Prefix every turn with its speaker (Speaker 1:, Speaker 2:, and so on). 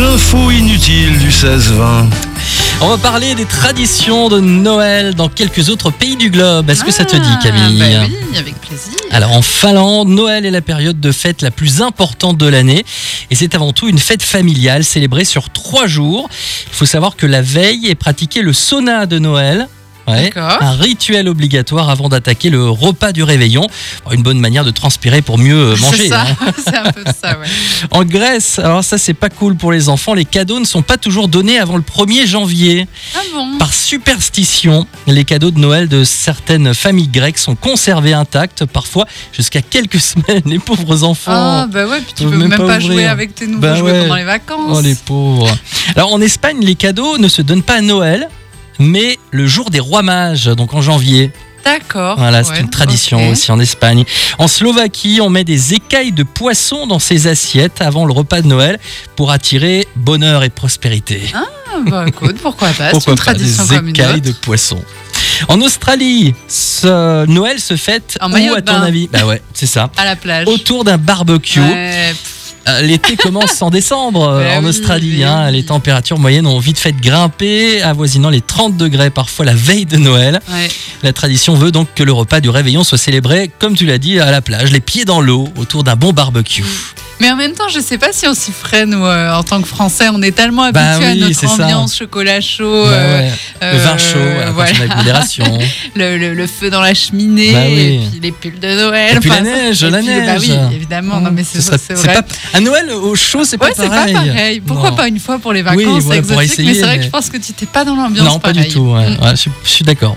Speaker 1: L'info inutile du 16-20.
Speaker 2: On va parler des traditions de Noël dans quelques autres pays du globe. Est-ce que ça te dit,
Speaker 3: Ah,
Speaker 2: Camille
Speaker 3: bah Oui, avec plaisir.
Speaker 2: Alors en Finlande, Noël est la période de fête la plus importante de l'année et c'est avant tout une fête familiale célébrée sur trois jours. Il faut savoir que la veille est pratiqué le sauna de Noël. Ouais.
Speaker 3: D'accord.
Speaker 2: Un rituel obligatoire avant d'attaquer le repas du réveillon. Bon, Une bonne manière de transpirer pour mieux euh, manger.
Speaker 3: C'est ça,
Speaker 2: hein.
Speaker 3: c'est un peu ça, ouais.
Speaker 2: En Grèce, alors ça c'est pas cool pour les enfants, les cadeaux ne sont pas toujours donnés avant le 1er janvier.
Speaker 3: Ah bon
Speaker 2: Par superstition, les cadeaux de Noël de certaines familles grecques sont conservés intacts, parfois jusqu'à quelques semaines. Les pauvres enfants.
Speaker 3: Ah bah ouais, puis tu
Speaker 2: Ils
Speaker 3: peux
Speaker 2: peuvent
Speaker 3: même,
Speaker 2: même
Speaker 3: pas,
Speaker 2: pas
Speaker 3: jouer
Speaker 2: ouvrir.
Speaker 3: avec tes nouveaux
Speaker 2: Bah
Speaker 3: jouets
Speaker 2: ouais.
Speaker 3: pendant les vacances.
Speaker 2: Oh les pauvres. Alors en Espagne, les cadeaux ne se donnent pas à Noël. Mais le jour des rois mages, donc en janvier.
Speaker 3: D'accord.
Speaker 2: Voilà, c'est
Speaker 3: ouais,
Speaker 2: une tradition
Speaker 3: ok.
Speaker 2: aussi en Espagne. En Slovaquie, on met des écailles de poisson dans ses assiettes avant le repas de Noël pour attirer bonheur et prospérité.
Speaker 3: Ah bah écoute, pourquoi pas, c'est
Speaker 2: Pourquoi
Speaker 3: une
Speaker 2: pas
Speaker 3: tradition
Speaker 2: des
Speaker 3: comme une autre.
Speaker 2: écailles de poisson En Australie, ce Noël se fête
Speaker 3: En
Speaker 2: où,
Speaker 3: maillot de
Speaker 2: à ton
Speaker 3: bain.
Speaker 2: avis Bah ouais, c'est ça.
Speaker 3: À la plage.
Speaker 2: Autour d'un barbecue.
Speaker 3: Ouais, pff,
Speaker 2: Euh, L'été commence en décembre euh,
Speaker 3: Bah
Speaker 2: en
Speaker 3: oui,
Speaker 2: Australie.
Speaker 3: bah
Speaker 2: hein.
Speaker 3: oui.
Speaker 2: Les températures moyennes ont vite fait grimper, avoisinant les 30 degrés parfois la veille de Noël.
Speaker 3: ouais.
Speaker 2: La tradition veut donc que le repas du réveillon soit célébré, comme tu l'as dit, à la plage, les pieds dans l'eau, autour d'un bon barbecue.
Speaker 3: Mais en même temps, je sais pas si on s'y ferait, nous, euh, en tant que Français. On est tellement habitués
Speaker 2: Bah
Speaker 3: à
Speaker 2: oui, c'est
Speaker 3: notre
Speaker 2: ça.
Speaker 3: ambiance chocolat chaud,
Speaker 2: Bah
Speaker 3: euh,
Speaker 2: ouais, Le vin
Speaker 3: euh,
Speaker 2: chaud, à consommer
Speaker 3: voilà.
Speaker 2: avec modération.
Speaker 3: le, le- le feu dans la cheminée,
Speaker 2: Bah oui.
Speaker 3: et puis les pulls de Noël.
Speaker 2: Et puis
Speaker 3: enfin,
Speaker 2: la
Speaker 3: ça-
Speaker 2: neige,
Speaker 3: et
Speaker 2: la
Speaker 3: puis, bah
Speaker 2: neige.
Speaker 3: oui, évidemment. Non, mais c'est
Speaker 2: Ce serait-
Speaker 3: c'est
Speaker 2: c'est
Speaker 3: vrai.
Speaker 2: pas- À Noël, au chaud, c'est
Speaker 3: Ouais,
Speaker 2: pas
Speaker 3: c'est
Speaker 2: pareil.
Speaker 3: pas pareil. Pourquoi
Speaker 2: Non.
Speaker 3: pas une fois pour les vacances
Speaker 2: Oui, voilà,
Speaker 3: exotiques
Speaker 2: pour essayer,
Speaker 3: Mais c'est vrai
Speaker 2: mais-
Speaker 3: que je pense que tu t'es pas dans l'ambiance. Mm,
Speaker 2: Non, pas du
Speaker 3: pareille.
Speaker 2: tout. ouais.
Speaker 3: Mm.
Speaker 2: Ouais, je suis- je suis d'accord.